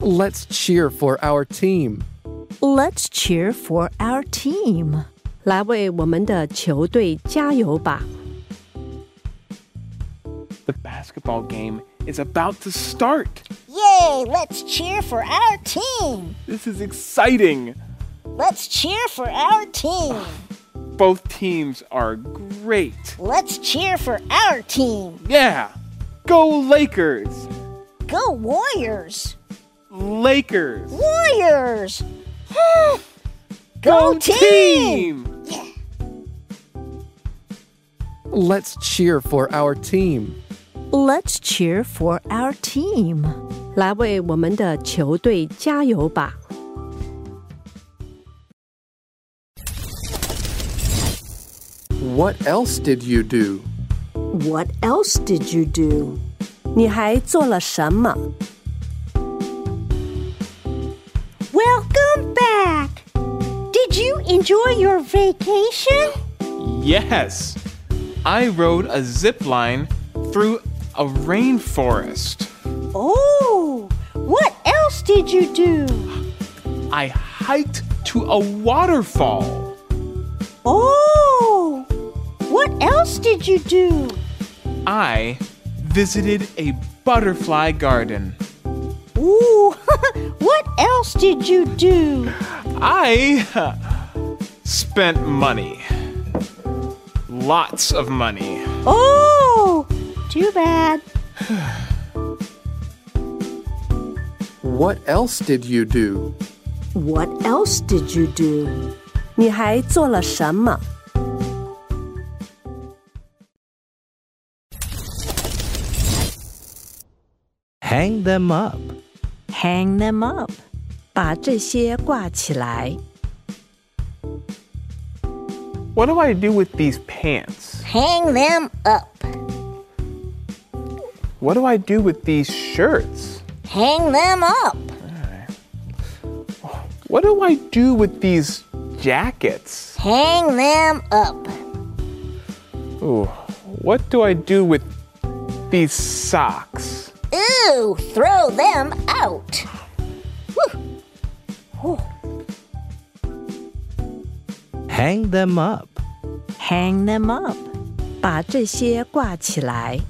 Let's cheer for our team. Let's cheer for our team. 来为我们的球队加油吧！ The basketball game is about to start. Yay, let's cheer for our team. This is exciting. Let's cheer for our team. Both teams are great. Let's cheer for our team. Yeah. Go Lakers. Go Warriors. Lakers. Warriors. Go Go team. Let's cheer for our team. Let's cheer for our team. 来为我们的球队加油吧！ What else did you do? What else did you do? 你还做了什么？ Welcome back. Did you enjoy your vacation? Yes. I rode a zip line through a rainforest. Oh, what else did you do? I hiked to a waterfall. Oh, what else did you do? I visited a butterfly garden. Ooh, what else did you do? I spent money. Lots of money. Oh, too bad. What else did you do? What else did you do? 你还做了什么？ Hang them up. Hang them up. 把这些挂起来。 What do I do with these pants? Hang them up. What do I do with these shirts? Hang them up. What do I do with these jackets? Hang them up. Ooh, what do I do with these socks? Ooh, throw them out. Hang them up. Hang them up. 把这些挂起来。